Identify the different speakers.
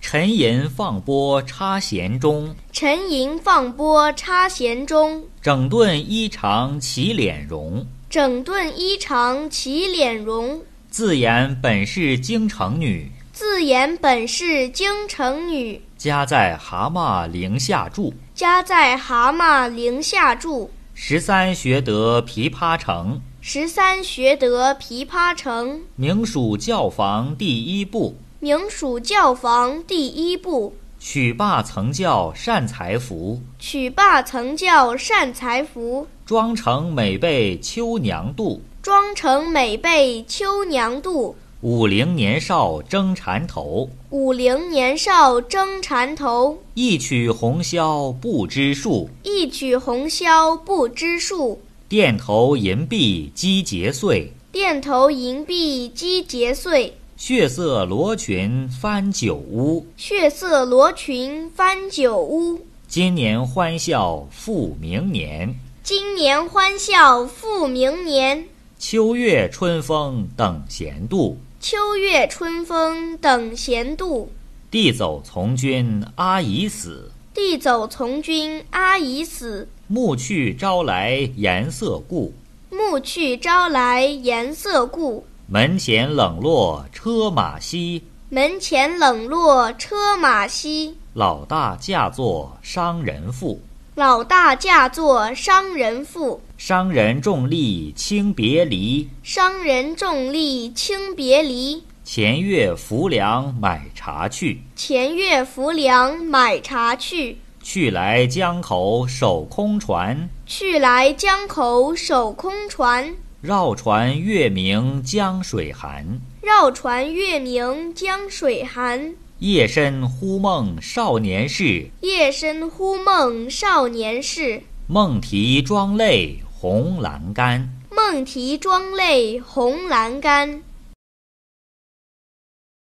Speaker 1: 沉吟放波插弦中，
Speaker 2: 沉吟放波插弦中，
Speaker 1: 整顿衣裳起敛容。
Speaker 2: 整顿衣裳起敛容。
Speaker 1: 自言本是京城女，
Speaker 2: 自言本是京城女，
Speaker 1: 家在蛤蟆陵下住。
Speaker 2: 家在蛤蟆陵下住。
Speaker 1: 十三学得琵琶成，
Speaker 2: 十三学得琵琶成，
Speaker 1: 名属教坊第一部。
Speaker 2: 名属教坊第一部。
Speaker 1: 曲罢曾教善才服，
Speaker 2: 曲罢曾教善才服，
Speaker 1: 妆成每被秋娘妒。
Speaker 2: 妆成每被秋娘妒。
Speaker 1: 五陵年少争缠头，
Speaker 2: 五陵年少争缠头，
Speaker 1: 一曲红绡不知数。
Speaker 2: 一曲红绡不知数。
Speaker 1: 钿头银篦击节碎，
Speaker 2: 钿头银篦击节碎，
Speaker 1: 血色罗裙翻酒屋。
Speaker 2: 血色罗裙翻酒屋。
Speaker 1: 今年欢笑复明年，
Speaker 2: 今年欢笑复明年。
Speaker 1: 秋月春风等闲度。
Speaker 2: 秋月春风等闲度，
Speaker 1: 弟走从军阿已死，
Speaker 2: 弟走从军阿已死。
Speaker 1: 暮去朝来颜色故。
Speaker 2: 暮去朝来颜色故，
Speaker 1: 门前冷落车马稀，
Speaker 2: 门前冷落车马稀。
Speaker 1: 老大嫁作商人妇。
Speaker 2: 老大嫁作商人妇，
Speaker 1: 商人重利轻别离，
Speaker 2: 商人重利轻别离。
Speaker 1: 前月浮梁买茶去，
Speaker 2: 前月浮梁买茶去，
Speaker 1: 去来江口守空船。
Speaker 2: 去来江口守空船。
Speaker 1: 绕船月明江水寒，
Speaker 2: 绕船月明江水寒，
Speaker 1: 夜深忽梦少年事。
Speaker 2: 夜深忽梦少年事。
Speaker 1: 梦啼妆泪红阑干。
Speaker 2: 梦啼妆泪红阑干。